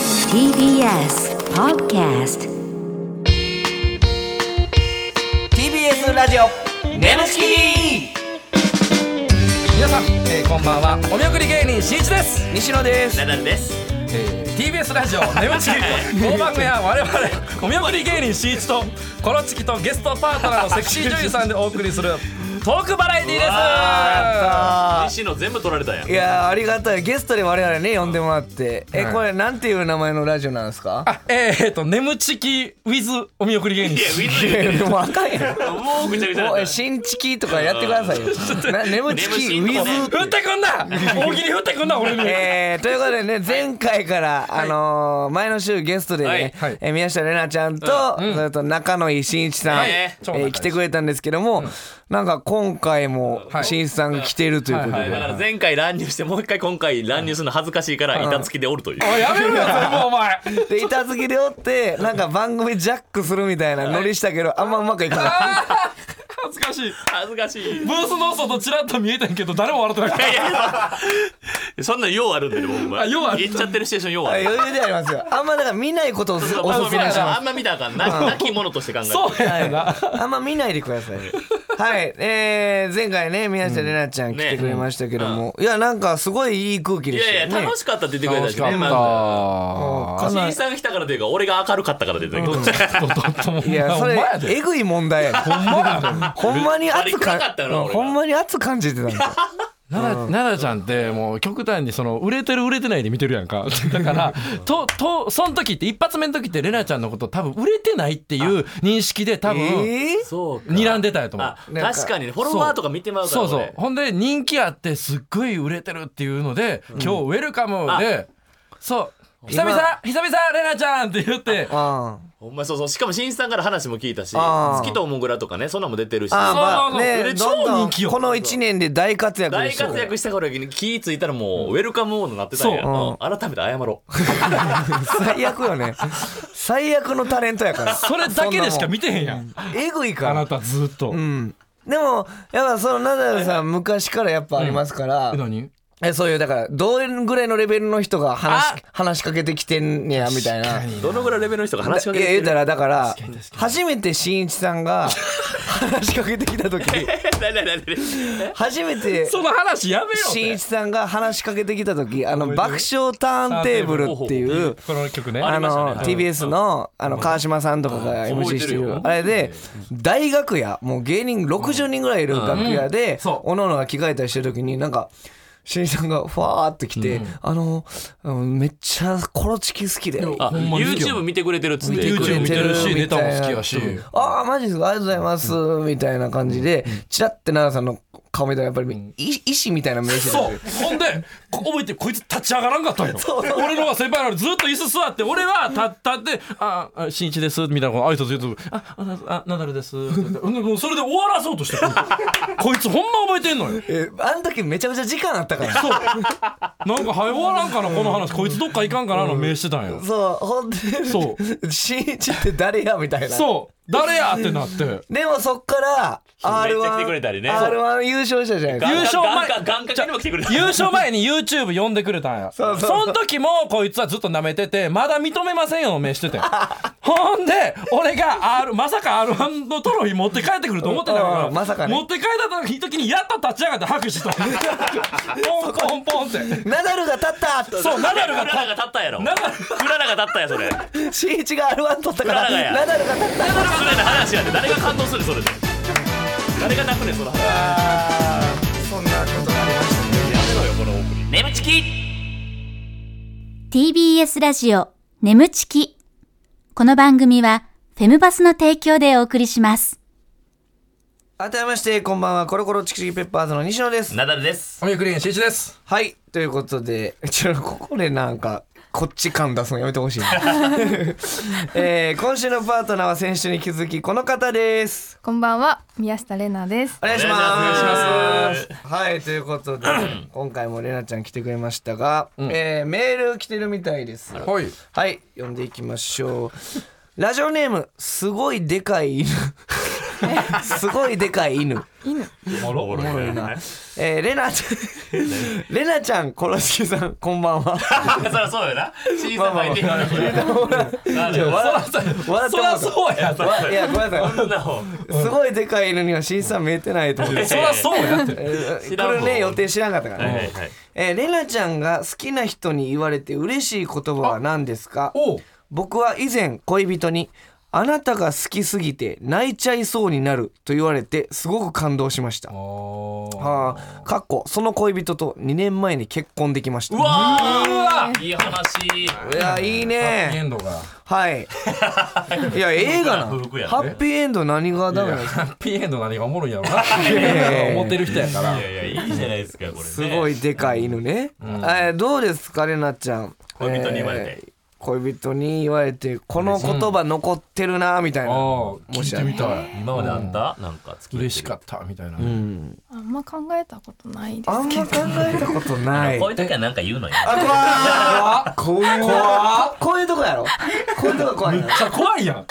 TBS Podcast TBS ラジオムチ皆さん、えーこんばんはお見送り芸人しんいちです西野です、ナダルですえー TBS ラジオ「ネムチキ」この番組は我々お見送り芸人しんいちとコロチキとゲストパートナーのセクシー女優さんでお送りするトークバラエティーですあ西野全部取られたやんーいやーありがたいゲストで我々ね呼んでもらってえ、はいこれなんていう名前のラジオなんですかあえー、と「ネムチキ with お見送り芸人いやウしんいちィズい言やうでもあかんやてもうぐちゃぐちゃろ だおっいた新チキとかやってくださいよな眠チキウ眠ィチキズと振ってくんな大喜利振ってくんな俺にえー、ということでね前回から、あのー前の週ゲストでね、はいはいえー宮下玲奈ちゃんと、それと仲のいいしんいちさん、はいえ超仲良ーし来てくれたんですけども、なんか今回もはいしんいちさん来てるということで、はだいから前回乱入してもう一回今回乱入するの恥ずかしいから板付きでおるというおいやめろよ全部お前で板付きでおってなんか番組ジャックするみたいなノリしたけどあんまうまくいかなかっ恥ずかしい恥ずかしいいブースの外ちらっと見えたんやけど誰も笑ってなかったやいやそんなんようあるんだよほんまあようある言っちゃってるシチュエーションようたある余裕でありますよあんまだから見ないことをすおすすめしますあんま見たらあかんななきものとして考えてそうやな、あんま見ないでください。はい、えー、前回ね宮下玲奈ちゃん来てくれましたけども、いやなんかすごいいい空気でいしたやよいね。や楽しかったって言ってくれたしねまかあか新な一さんが来たからというか俺が明るかったから出てたけどった。いやそれえぐい問題やね。ほんまほんまに熱あれ暗かったよな俺らほんまに熱感じてたんですよ。奈々奈々ちゃんってもう極端にその売れてる売れてないで見てるやんか だからととその時って一発目の時ってレナちゃんのこと多分売れてないっていう認識で多分えー そうか睨んでたんやと思うあ。確かにねフォロワーとか見てまうからそうそ俺うほんで人気あってすっごい売れてるっていうので今日ウェルカムでそう久々久々レナちゃんって言ってあほんまそうそうしかも新さんから話も聞いたし「あー月とモグラ」とかねそんなんも出てるしーあーまあそうそうそうね俺どん超どん人気よこの一年で大活躍で大した活躍した頃に気ぃついたらもうウェルカムモードになってたんやそううん改めて謝ろう 最悪よね最悪のタレントやからそれだけでしか見てへんやんえぐいかあらなたずっとうんでもやっぱそのナダルさん昔からやっぱありますから、え何えそういうだからどんぐらいのレベルの人が話し話しかけてきてんねやみたいな。どのぐらいレベルの人が話しかけいてやきて言うるたらだから初めてしんいちさんが話しかけてきた時 何何何何初めてその話やめろしんいちさんが話しかけてきた時あの爆笑ターンテーブルっていうこの曲ねあありましたねのうん TBS のあの川島さんとかがうん MC して覚えてるよるあれで大楽屋もう芸人60人ぐらいいる楽屋でそうおのおのが着替えたりしてる時になんか。しんいちさんがファーって来て、あの、うんめっちゃコロチキ好きで。あほんまに好きや YouTube 見てくれてるっつって YouTube 見てるしみネタたいなも好きやしああ、マジですか、ありがとうございます、みたいな感じで、チラって奈良さんの顔見たら、やっぱり、い医師みたいな目してそうる。ほんでこ覚えてこいつ立ち上がらんかったんよそう俺の方が先輩なのにずっと椅子座って俺は立立って「ああ新一です」みたいなこの挨拶言うと「ああなあナダルです」って言ってうんもうそれで終わらそうとしてくるこいつほんま覚えてんのよえ、あの時めちゃめちゃ時間あったから。そう。なんか早終わらんかなこの話こいつどっか行かんかなの目してたんよほんで、そしんいちって誰やみたいな。そう誰やってなってでもそっから、めっ R1、ちゃ来てくれたりね R1 優勝したじゃないです優勝前願掛願掛けにも来てくれた優勝前に YouTube 呼んでくれたんやそうそうそうの時もこいつはずっと舐めててまだ認めませんよの目しててほんで俺が R まさか R1 のトロフィー持って帰ってくると思ってたかうんらうんまさかね持って帰った時にやっと立ち上がって拍手したポンポンポンってか。ナダルが立ったそうナダルクがララが立ったやろクナダルララが立ったやそれクラしんいちが R1 取ったから、ナダルがやナダルが立ったラの話やで誰が感動するそれで誰が泣くねんその話そんなことがありましたね。ネムチキ TBS ラジオ眠ちきこの番組はフェムバスの提供でお送りします改めまして、こんばんは、コロコロチキチキペッパーズの西野です。ナダルですおみくりんしんいちですはい、ということで、ちょ、ここでなんか、こっち感出すのやめてほしい な。えー、今週のパートナーは先週に気づき、この方です。こんばんは、宮下玲奈です。お願いします。お願いしはい、ということ で、今回もれなちゃん来てくれましたが、えー、メール来てるみたいです。はい はい、読んでいきましょう。ラジオネーム、すごいでかい犬。すごいでかい犬。犬おもろいおもろい なえー、レナちゃん、レナちゃん、コロスケさん、こんばんは。そりゃそうよな小さな相手になるからちょ笑笑ってそりゃもそうやうたわいや、ごめんなさそんなもんい。すごいでかい犬には新さん見えてないと思って。そりゃそうやってえーこ知らんもんれね、予定しなかったかはいらはいね。はいえー、レナちゃんが好きな人に言われて嬉しい言葉は何ですかおう僕は以前恋人に「あなたが好きすぎて泣いちゃいそうになる」と言われてすごく感動しました。はあ、かっこその恋人と2年前に結婚できました。うわうわーいい話いやいいね。限度がはい。い や映画な不服やねハッピーエンド何がダメなんですか。ハッピーエンド何がおもろいんやろな思ってる人やからいやいやいいじゃないですかこれすごいいでかい犬ね。えーどうですかレナちゃん。恋人に言われてえー恋人に言われてこの言葉残ってるなみたいああな。聞いてみたい今まであったなんか付き合ってる嬉しかったみたいな、あんま考えたことないですあんけどま考えたことない。こういう時はなんか言うのよあ、怖い。怖い。こういうとこやろ。こういうとこ怖いな。じゃあ怖いやん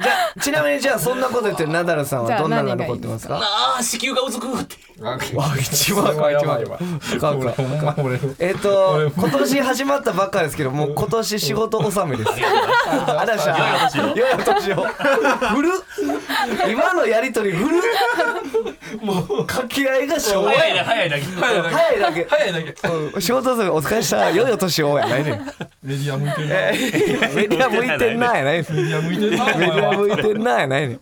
じゃあ、ちなみにじゃあそんなこと言ってるナダルさんじはゃあどんなのが残ってますかああ子宮がうずくってわ一番これはやばい一わ番俺ほんま俺えっ、と、今年始まったばっかですけど、もう今年仕事納めです。あらしゃ。よいお年を。ふる。今のやりとり、ふる。もう、掛け合いが昭和早いや。な早いな早いだけ早いだけ。早いだけうん仕事納めお疲れした。よいお年をやないねん。メディア向いてるえーメディア向いてんなやないねん。メディア向いてるなおメ前ディアは向いてんなやないねん。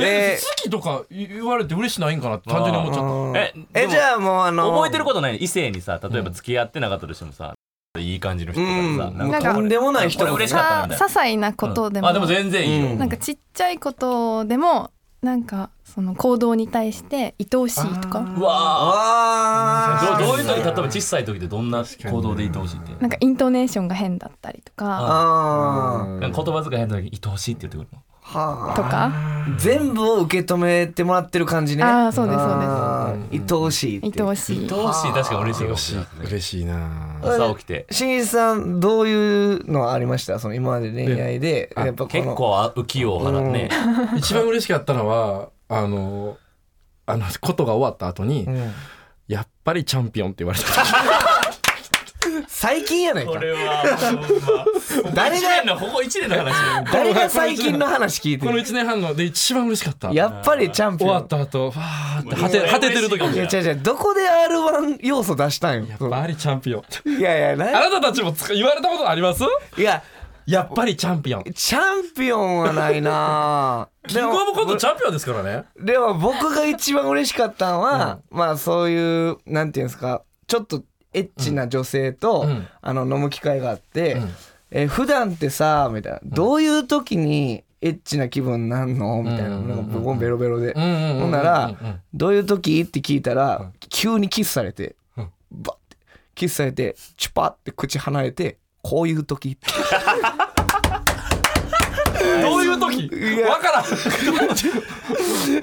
え好きとか言われて嬉しないんかなって単純に思っちゃったえー、え、じゃあもうあの、覚えてることない異性にさ例えば付き合ってなかったとしてもさ、いい感じの人とかさ、うん、もなうんかとんでもない人これ嬉しかったさんだ些よ細なことでも,、あでも全然いいよ、うんなんかちっちゃいことでもなんかその行動に対して愛おしいとかうわあーーどうどういう時例えば小さい時でどんな行動でいてほしいってなんかイントネーションが変だったりとかあなんか言葉遣い変な時に愛おしいって言ってくるのーはとかあ全部を受け止めてもらってる感じねあーそうですあー愛おしいって愛おしい愛おしい確かに嬉しいかも嬉ししれない嬉しいなしいい朝起きてしんいちさんどういうのありましたその今まで恋愛でやっぱこ結の構あ浮世を放ってね、一番嬉しかったのはあのあのことが終わった後に、んやっぱりチャンピオンって言われた最近やないかこれはほんま誰がここ一年のここ一年の話よ誰が最近の話聞いて このる1年半ので一番嬉しかったやっぱりチャンピ終オンわった後ファーって果て果ててる時もいややっ違う違うどこで R1 要素出したんよぱりチャンピオンいやいやあななたたちもつか言われたことありますいややっぱりチャンピオンチャンピオンはないな キングオブコントチャンピオンですからねでも僕が一番嬉しかったのは、まあそういうなんていうんですかちょっとエッチな女性と、んあの飲む機会があって、えー普段ってさみたいな、どういう時にエッチな気分なんのみたいな,、なんか僕もベロベロで、んうんうんうんほんなら、どういう時って聞いたら、急にキスされて、バッてキスされてチュパって口離れてこういう時って どういう時わからん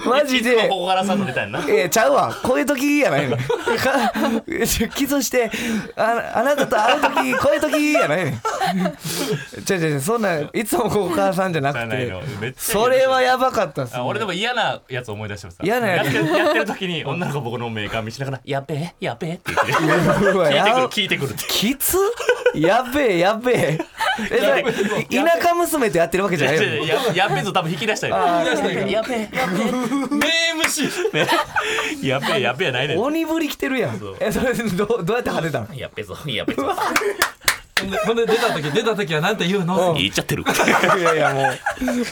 マジいつでもここからさんと出たん やなえー、ちゃうわこういう時やないねん かキスしてああなたと会う時こういう時やないねんちゃうちゃうちゃうそんないつもこうお母さんじゃなくないてのめっちゃそれはやばかったっす、ね、あ俺でも嫌なやつ思い出してもさ嫌なやつってるやってる時に女の子僕の目か見しながら「やべえやべえ」って言ってうわやば聞いてくる聞いてくるってきつやべえやべええそれ田舎娘ってやってるわけじゃないよねややべえぞ多分引き出したよやべえや名 MC べえやべえやべえないねん鬼ぶり来てるやんうえそれどうどうやって派手たのやべえぞやべえぞほんでほんで出た時出た時はなんて言うの言っちゃってるいやいやもう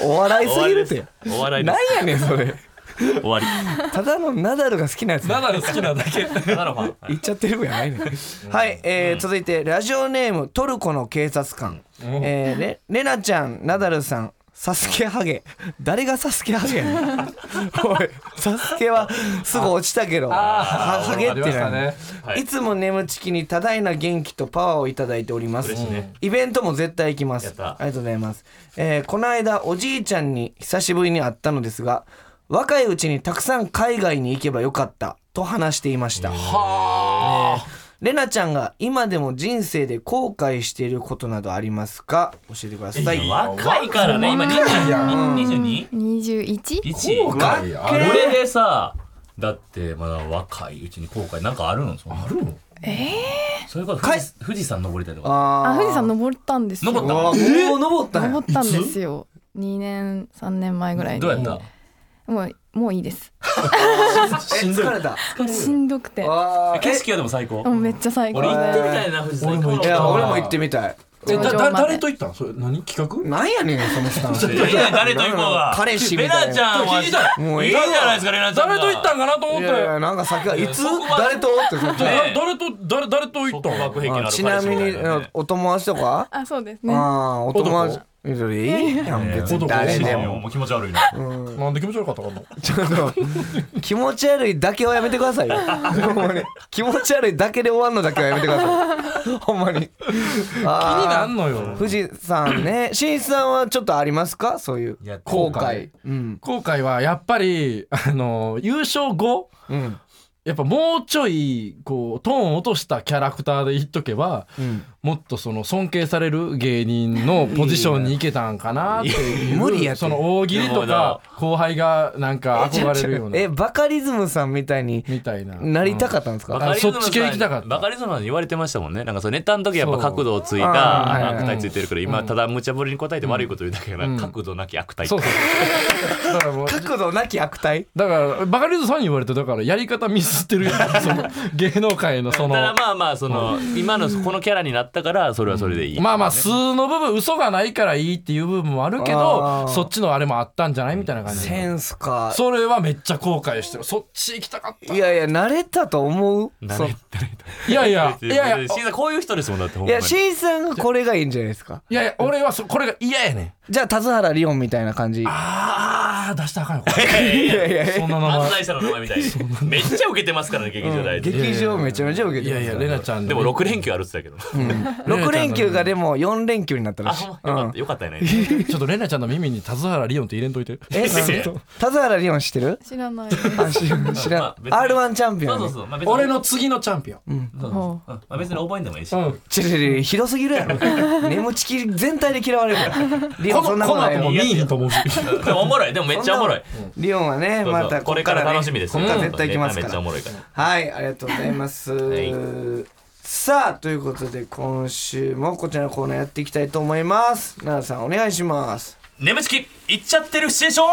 お笑いすぎるってお笑いでなんやねんそれす終わりただのナダルが好きなやつナダル好きなだ けただのファン言っちゃってるやないね。 はい、えー続いてラジオネームトルコの警察官。えー、レレナちゃん、ナダルさん。サスケハゲ誰がサスケハゲやね んおいサスケはすぐ落ちたけどはハゲってなありまいしたねはいいつも眠ちきに多大な元気とパワーをいただいております、イベントも絶対行きますやったありがとうございます、えーこの間おじいちゃんに久しぶりに会ったのですが若いうちにたくさん海外に行けばよかったと話していました、レナちゃんが今でも人生で後悔していることなどありますか教えてください。若いからね今2221 21悔ある俺でさだってまだ若いうちに後悔なんかあるのそんなそれから富士富士山登りたいとかあーあ富士山登ったんですよ登ったあーもう登ったんや登ったんですよ2年3年前ぐらいにどうやったもうもういい ですえ疲れた。しんどくてもあー景色はでも最高うめっちゃ最高俺で行ってみたいな富士山行こういかなや俺も行ってみたい。えだだ頂上まで誰と行ったのそれ何企画なんやねんそのスタンス。いやいや誰と行こうが彼氏みレたいな。ナちゃんは聞いたもういいいいじよゃないですかレナちゃんが誰と行ったんかなと思っいてやいやなんか先はいつそこまで誰とってさっきねだ誰と誰誰と行った束ん縛癖のああるち彼氏ないみたみになねお友達とかあそうですねああお友達いやいいやん別に誰でももう気持ち悪いななんで気持ち悪かったかなちょっと気持ち悪いだけはやめてくださいよほんまに気持ち悪いだけで終わるのだけはやめてくださいほんまに気になあんのよあ富士山ねしんいちさんはちょっとありますかそういういや後後悔悔うん後悔はやっぱりあの優勝後うんやっぱもうちょいこうトーン落としたキャラクターで言っとけばうんもっとその尊敬される芸人のポジションに行けたんかなっていう無理やってその大喜利とか後輩がなんか憧れるようなえバカリズムさんみたいにみたいななりたかったんですか、んあそっち系行きたかったバカリズムさんに言われてましたもんねなんかそのネタの時はやっぱ角度をついそうたあーあの悪態ついてるから今ただ無茶ぶりに答えて悪いこと言うだけやから角度なき悪態そうそうだからもう角度なき悪態だからバカリズムさんに言われてだからやり方ミスってるよその芸能界のそのただまあまあその今のこのキャラになったからそれはそれでいいまあまあ数の部分嘘がないからいいっていう部分もあるけあどーそっちのあれもあったんじゃないみたいな感じセンスかそれはめっちゃ後悔してるそっち行きたかったいやいや慣れたと思う慣それういやいやいいややいいやや審査こういう人ですもんだってほいんまやにしんいちさんがこれがいいんじゃないですかいやいや俺はそこれが嫌やねんじゃあ田津原リオンみたいな感じあー出したらあかんよこれ いやいやいやそんな名犯前罪者の名前みたいにめっちゃ受けてますからね劇場大で劇場めちゃめちゃ受けいてまやすいかやらレナちゃんでも6連休あるって言ってたけど6連休がでも4連休になったらあしいほんまうよかっんたよかったよね ちょっとレナちゃんの耳に田津原リオンって入れんといてえいやいやなん田津原リオン知って る知らないですあ知らん知らんまあ別に R1 チャンピそオうンそねうそうまあ別に俺の次のチャンピオンそうそうもうんまあ別に覚えんでもいいしうんちょちょちょひどすぎるや ろ眠ちき全体で嫌われるからリオンそこんなのこことなのい後もよ見えへんと思うしでもおもろいでもめっちゃおもろいリオンはねそうそうまたこれからね楽しみですこよっから絶対行きますかめっちゃらおもろいからはい、ありがとうございます。いさあ、ということで、今週もこちらのコーナーやっていきたいと思います。奈良さん、お願いします。眠ちき行っちゃってるシチュエーション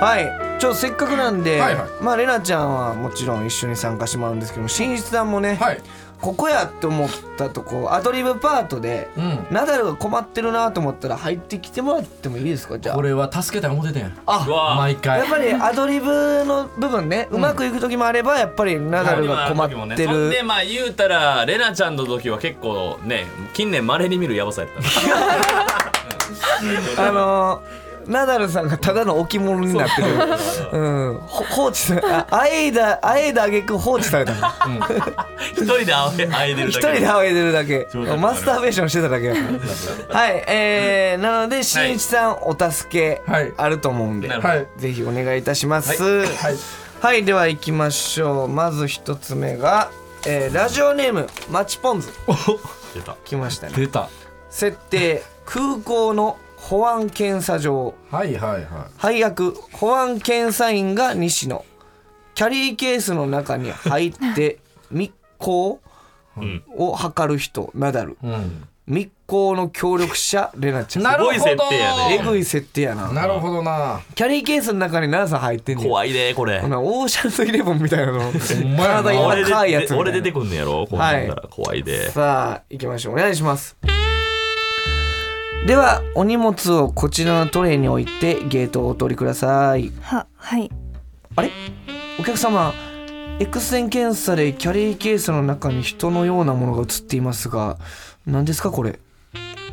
はい、ちょ、せっかくなんで、はいはいまあ、れなちゃんはもちろん一緒に参加してもらうんですけども、しんいちさんもね、 はいここやって思ったとこ、アドリブパートで、うんナダルが困ってるなと思ったら入ってきてもらってもいいですか、じゃあ。俺は助けたい思ってたやんあうわ毎や回っぱりアドリブの部分ね、うまくいく時もあればやっぱりナダルが困ってそんる、でまあ言うたらレナちゃんの時は結構ね近年まれに見るやばさやったあのー、ナダルさんがただの置物になってる。うん、ほ放置され、あ、あえいだ、あえいだ挙句放置されたの。一人であえあえでるだ一け人であえいでるだけ冗談だか、らマスターベーションしてただけやから。はい、えー、なので、しんいちさん、お助けはい、あると思うんで、なるほはいぜひお願いいたします。はい、では行きましょう。まず一つ目が、えーラジオネーム、マチポンズ。出た来ましたね。出た設定、空港の保安検査場。はいはいは配役保安検査員が西野キャリーケースの中に入って密航んを図る人ナダルいうん密航の協力者レナちゃんなるほすごい設ど定やねえぐい設定やななるほどなキャリーケースの中にナダルさん入ってんねん怖いでこれほなオーシャンズイレブンみたいなのんまやな体俺柔らでかいやつみたいな俺出てくんねやろこうなんなら怖いでさあ行きましょうお願いしますではお荷物をこちらのトレイに置いてゲートをお通りくださいははいあれお客様 X 線検査でキャリーケースの中に人のようなものが映っていますが何ですかこれ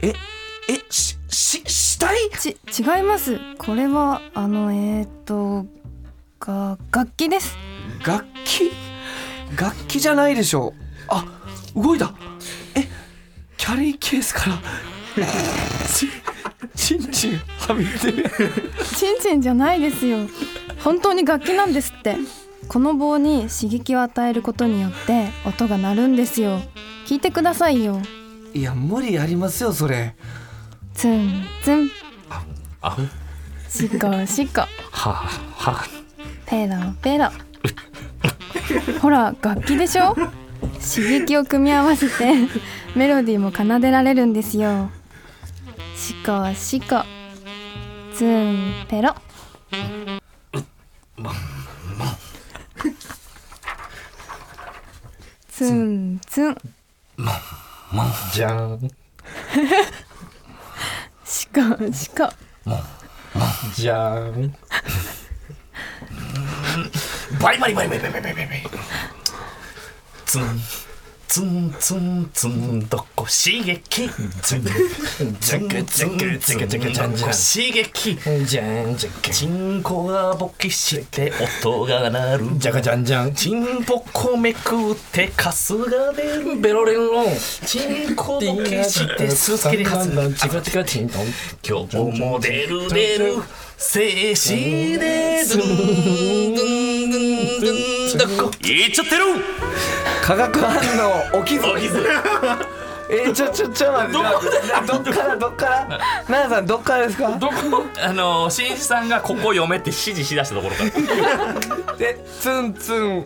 ええしし死体ち違いますこれはあのえー、っとが楽器です楽器楽器じゃないでしょうあ動いたえキャリーケースからちちんちんはみ出てるチンチンじゃないですよ本当に楽器なんですってこの棒に刺激を与えることによって音が鳴るんですよ聞いてくださいよいや無理ありますよそれツンツンあシコシコはあはペロペロほら楽器でしょ刺激を組み合わせてメロディーも奏でられるんですよシコシコツンペロツンツンじゃんシコシコじゃんバリバリバリバリバリバリバリバリツンツンツンツンどこ刺激ツンジャンクジャンクジャンクジャンクジャンク刺激じゃんじゃんチンコが勃起して音が鳴るじゃかじゃんじゃんチンポコめくってカスが出るベロレンロンチンコボケしてすすけでカスチカチカチントン今日も出る出る静止でズンズンズンズンどこいっちゃってる化学反応起きずおひずえー、ちょちょちょ待ってどっからどっから奈々さんどっからですかどこあの紳士さんがここ読めって指示しだしたところからでツンツン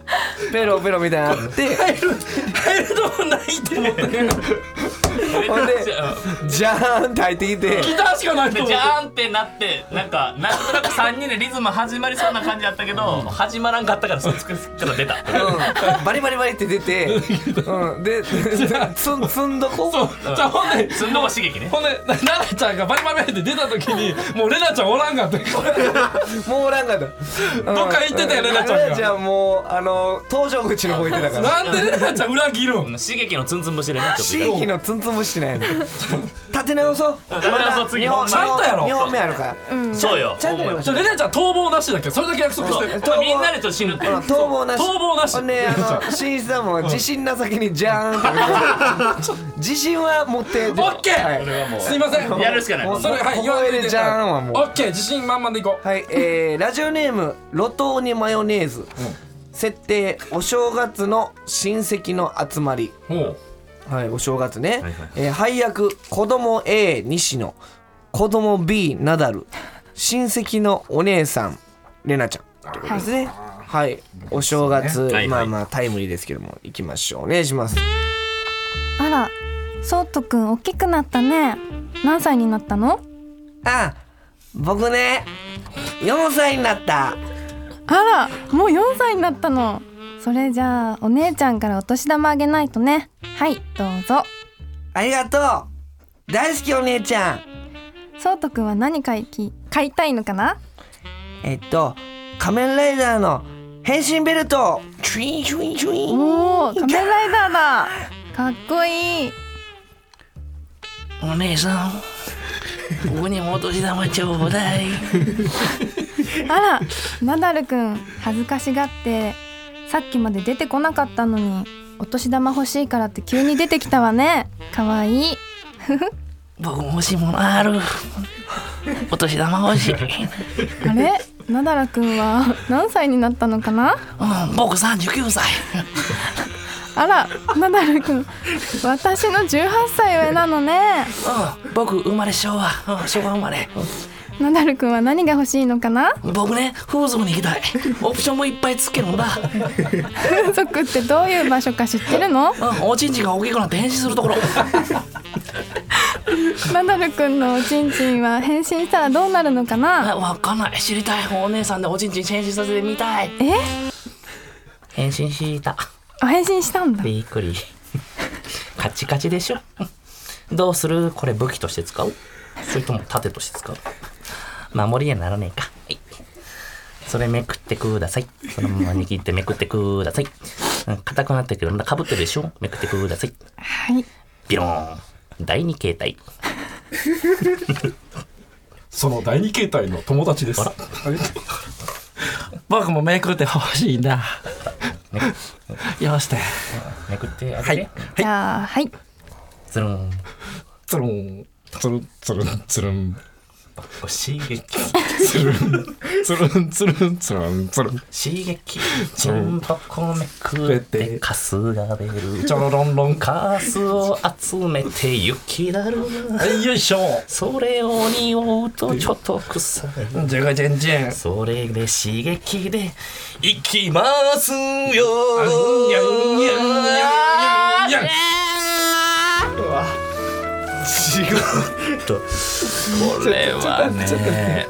ペロペロみたいになって入るとこないと 思ったほ んでジャーンって入ってきてギターしかないとで思ジャーンってなってなんかなんとなく3人でリズム始まりそうな感じだったけど始まらんかったからそっちから出たうん、バリバリバリって出て、うん、でつんつんどこうじゃあほんですんどこ刺激ねほんでなななちゃんがバリバリバリって出た時にもうレナちゃんおらんがってもうおらんがだ、うんどっか行ってたよレナちゃんがレナちゃんもうあの搭乗口の方行ってたからなんでレナちゃん裏切るん刺激のツンツン節でねちょっと地域のツンツン虫しないの立て直そう立て直そう次日本ちゃんとやろ日本目あるからそうよちゃんとやりましじょゃうあレナちゃん逃亡なしだっけそれだけ約束して逃亡みんなでちょっと死ぬってうん逃亡なし逃亡なしほんであの新一さんも自信な先にジャーンって言って自信は持ってオオッケーすいませんやるしかないもうそれはいこ言わこんといでてジャーンはもうオッケー自信満々でいこうはい、えー、ラジオネーム「路頭にマヨネーズ」設定お正月の親戚の集まりほうはいお正月ね、はいえー配役子供 A 西野子供 B ナダル親戚のお姉さんレナちゃんということですねはい、お正月、はいはいまあまあタイムリーですけども行きましょうお願いしますあらそうとくん大きくなったね何歳になったのあ僕ね4歳になったあらもう4歳になったのそれじゃあお姉ちゃんからお年玉あげないとねはいどうぞありがとう大好きお姉ちゃんそうとくんは何買いき買いたいのかなえっと、仮面ライダーの変身ベルト。チュインチュインチュイン。おお仮面ライダーだかっこいいお姉さん、僕にもお年玉ちょうだい。あらナダルくん恥ずかしがってさっきまで出てこなかったのにお年玉欲しいからって急に出てきたわねかわいい僕も欲しいものある。お年玉欲しい。うん、あれナダルくんは 何歳になったのかな僕39歳。あらナダルくん私の18歳上なのねうん、僕生まれ昭和。うん、昭和生まれ。ナダルくんは何が欲しいのかな僕ね、風俗に行きたい。オプションもいっぱいつけるんだ。風俗ってどういう場所か知ってるのうん、おちんちんが大きくなって変身するところ。ナダルくんのおちんちんは変身したらどうなるのかなあわかんない。知りたい。お姉さんでおちんちん変身させてみたい。え変身した。あ変身したんだびっくり。カチカチでしょ。どうするこれ武器として使うそれとも盾として使う守りにはならねえか。はい。それめくってください。そのまま握ってめくってください。うん硬くなってるけど、かぶってるでしょめくってください。はいビローン。第二形態。その第二形態の友達です僕もめくって欲しいな。よしてめくってあげて。はい。じゃあはいズルン。つるんつるんつるんつるんこう刺激つるんつるんつるんつるん刺激ちんとこめくれてカスが出るちょろろんろんカスを集めて雪だるまよいしょそれを匂うとちょっと臭いじゃがじゃんじゃんそれで刺激でいきますよにゃんにゃんにゃんにゃんにゃんとこれはね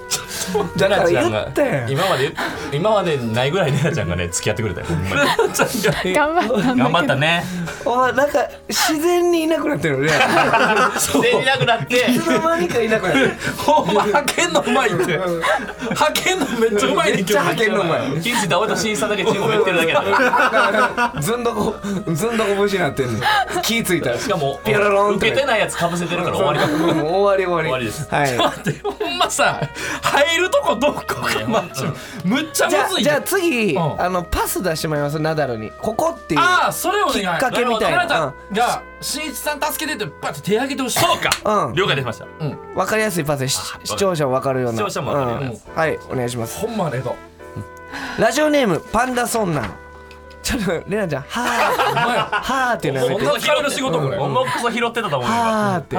だからちゃん言がったやん今まで今までないぐらいレナちゃんがね付き合ってくれたよほんまに頑張った頑んだけ張ったど ねお前なんか自然にいなくなってるね自然になくなっていつ の間にかいなくなってるほんま派遣のうまいって派遣のめっちゃうまいねめっちゃ派遣のお前気づいた俺と審査だけチームやってるだけだずんどこずんどこ節になってんの気ぃついたら しかもピョロロンって受けてないやつかぶせてるから終わりだもう終わり終わり終わりですはい待ってほんまさ入るとこどこかマジむっちゃじゃむずあいじゃああ次、んあのパス出してもらいますナダルにここっていうあーそれをきっかけみたいなあなたが新一さん助けてってパッて手挙げてほしいそうかうん了解できましたわかりやすいパスでし視聴者もわかるような視聴者もわかるようなやつうんはいお願いしますほんまねとラジオネームパンダソンナンちょっとレナちゃんはお前あはあっていうのやめそてんな拾いの仕事これ重くそ拾ってたと思うよはあって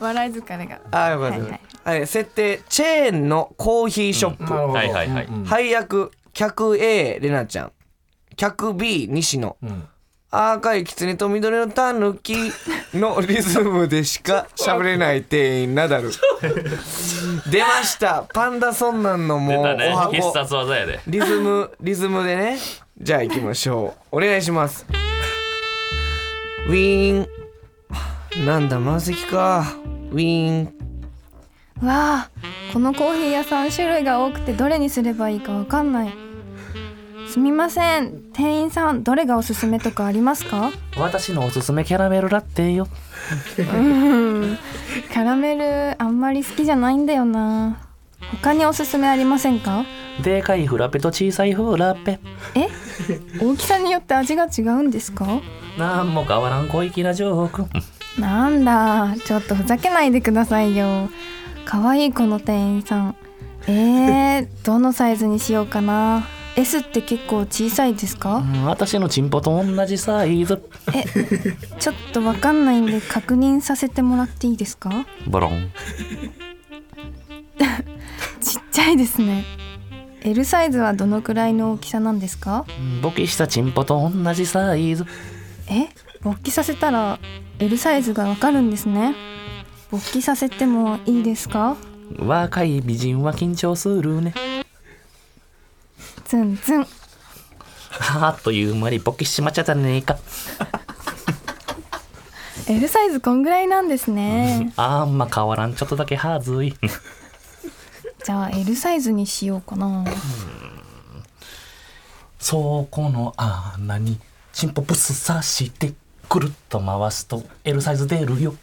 笑い疲れがあよかったはでいはすいはい設定チェーンのコーヒーショップ、はいはいはい配役客 A レナちゃん客 B 西野、赤い狐と緑のタヌキのリズムでし か喋れない店員ナダル出ましたパンダソンナンのもうお出たね必箱殺技やでリズムリズムでねじゃあ行きましょうお願いしますウィーンなんだ満席かウィーンわあこのコーヒー屋さん種類が多くてどれにすればいいかわかんないすみません店員さんどれがおすすめとかありますか私のおすすめキャラメルラッテよカラメルあんまり好きじゃないんだよな他におすすめありませんかでかいフラペと小さいフラペえ大きさによって味が違うんですかなんも変わらん小粋なジョークなんだちょっとふざけないでくださいよ可愛いこの店員さんえー、どのサイズにしようかな S って結構小さいですかうん私のチンポと同じサイズえちょっとわかんないんで確認させてもらっていいですかボロンちっちゃいですね L サイズはどのくらいの大きさなんですかボキしたチンポと同じサイズえ勃起させたら L サイズがわかるんですね勃起させてもいいですか若い美人は緊張するねツンツンあっという間にボキしまっちゃったねーか L サイズこんぐらいなんです ねあんま変わらんちょっとだけはず いじゃあ L サイズにしようかなそこの穴にチンポブス刺してくるっと回すと L サイズ出るよ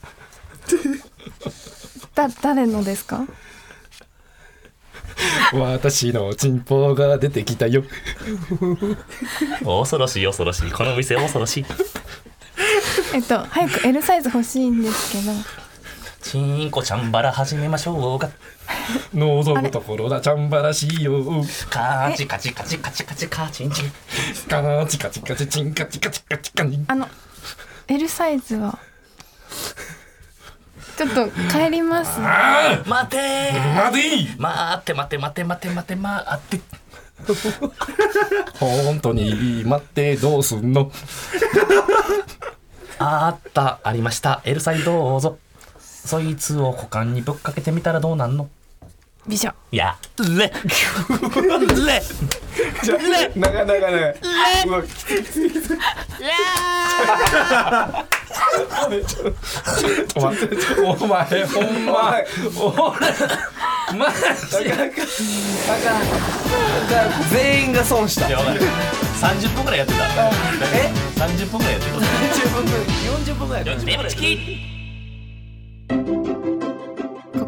だ誰のですか私のチンポが出てきたよ恐ろしい恐ろしいこの店恐ろしいえっと早く L サイズ欲しいんですけどチンコちゃんばら始めましょうか望むところだちゃんばらしいよカチカチカチカチカチカチンチンカチカチカチチンカチカチカチカニあの L サイズはちょっと帰ります待てーマディ待って待って待って待って待って待って本当に待ってどうすんのあったありました L サイズどうぞそいつを股間にぶっかけてみたらどうなんの美女やれれなかなかねお前お前ほんまはいマあかんあかんあかん全員が損したやばい30分ぐらいやってたえ30分ぐらいやってた40分ぐらい40分ぐらいこ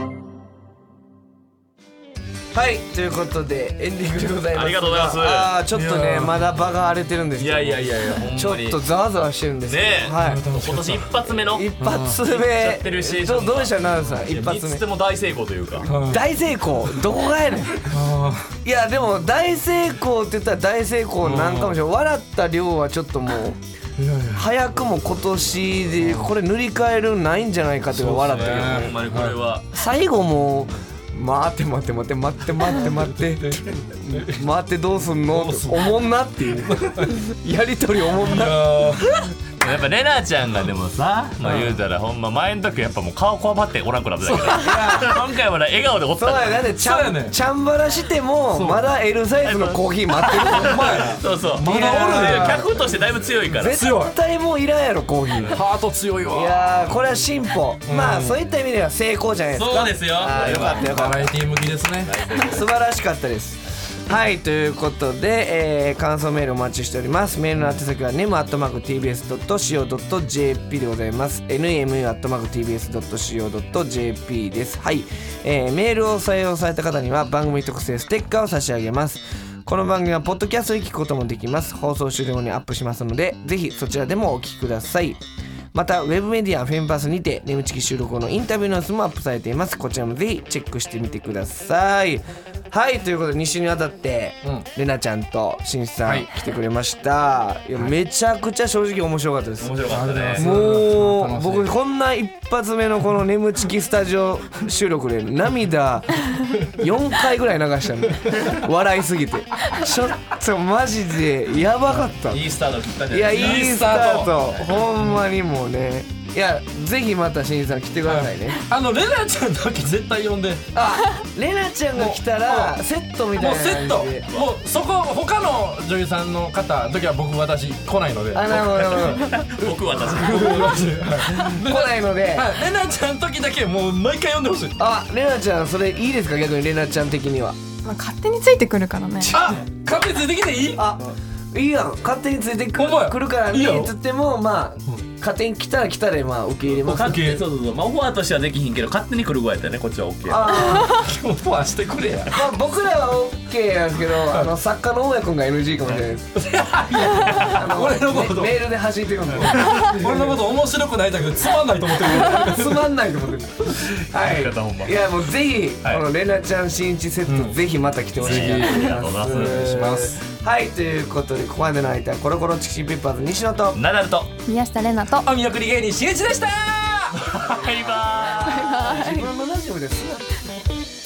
はいということでエンディングでございますありがとうございますああちょっといねやーまだ場が荒れてるんですいけどやいやいやいやほんまにちょっとざわざわしてるんですけどねえは今年一発目のい一発ゃってる目しどうどうでしたナダルさん一三発つ目とも大成功というか大成功どこがやねんいやでも大成功って言ったら大成功なんかもしれない笑った量はちょっともう早くも今年でこれ塗り替えるんないんじゃないかというか笑ったけどねほんまにこれは最後もう待って待って待って待って待って待って 待ってどうすんのおもんなっていうやりとりおもんなやっぱレナちゃんがでもさまあ言うたらほんま前の時やっぱもう顔こわばっておらんくなったけど今回はな笑顔でおっそうたやだかっらてちゃん,、ちゃんばらしてもまだ L サイズのコーヒー待ってるお前そうそうまだおるね客としてだいぶ強いから絶対もういらんやろコーヒーハート強いいわやーこれは進歩、まあそういった意味では成功じゃないですかそうですよあーよかったよかバっラエティ向きですねた 素晴らしかったですはいということで、えー感想メールお待ちしておりますメールの宛先は nemu.tbs.co.jp でございます nemu.tbs.co.jp ですはい、えーメールを採用された方には番組特製ステッカーを差し上げますこの番組はポッドキャストで聞くこともできます放送終了後にアップしますのでぜひそちらでもお聞きくださいまたウェブメディアフェンパスにて眠ちき収録後のインタビューの様子もアップされていますこちらもぜひチェックしてみてくださいはいということで2週にわたって、れなちゃんとしんいちさん、はい来てくれましたいやめちゃくちゃ正直面白かったです面白かったねもう楽しい僕こんな一発目のこの眠ちきスタジオ収録で 涙4回ぐらい流したの笑いすぎてちょっとマジでやばかったいいスタート切ったんじいゃなやいいいスタートほんまにもうねいやぜひまたしんいちさん来てくださいね、あのレナちゃんだけ絶対呼んであれなちゃんが来たらセットみたいもなうセット感じでもうそこ他の女優さんの方の時は僕私来ないのであなるほどなる僕は私僕私はいほど来ないのではいレナちゃんの時だけもう毎回呼んでほしいあれなちゃんそれいいですか逆にれなちゃん的にはまあ、勝手についてくるからねあ勝手にできていいあいいやん勝手についてくほんまや来るからいいねよっつってもまあ勝手に来たら来たでまあ受け入れます勝手にそうそうそうまあオファーとしてはできひんけど勝手に来るぐらいだったねこっちは OK やあオファーしてくれやー、まあ、僕らは OK なんですけどあの作家の大家君が NG かもしれ ないですあの俺のことメメールで走ってくるの俺のこと面白くないだけどつまんないと思ってるつまんないと思ってる。り方ほんまいやもうぜひ、いこのレナちゃん新一セット、ぜひまた来てほしいな。ぜひありがとうございますお願いしますはいということでここまでの相手はコロコロチキシンペッパーズ西野と。ナダルと宮下玲奈とお見送り芸人しんいちでしたバイバーイ自分のラジオです。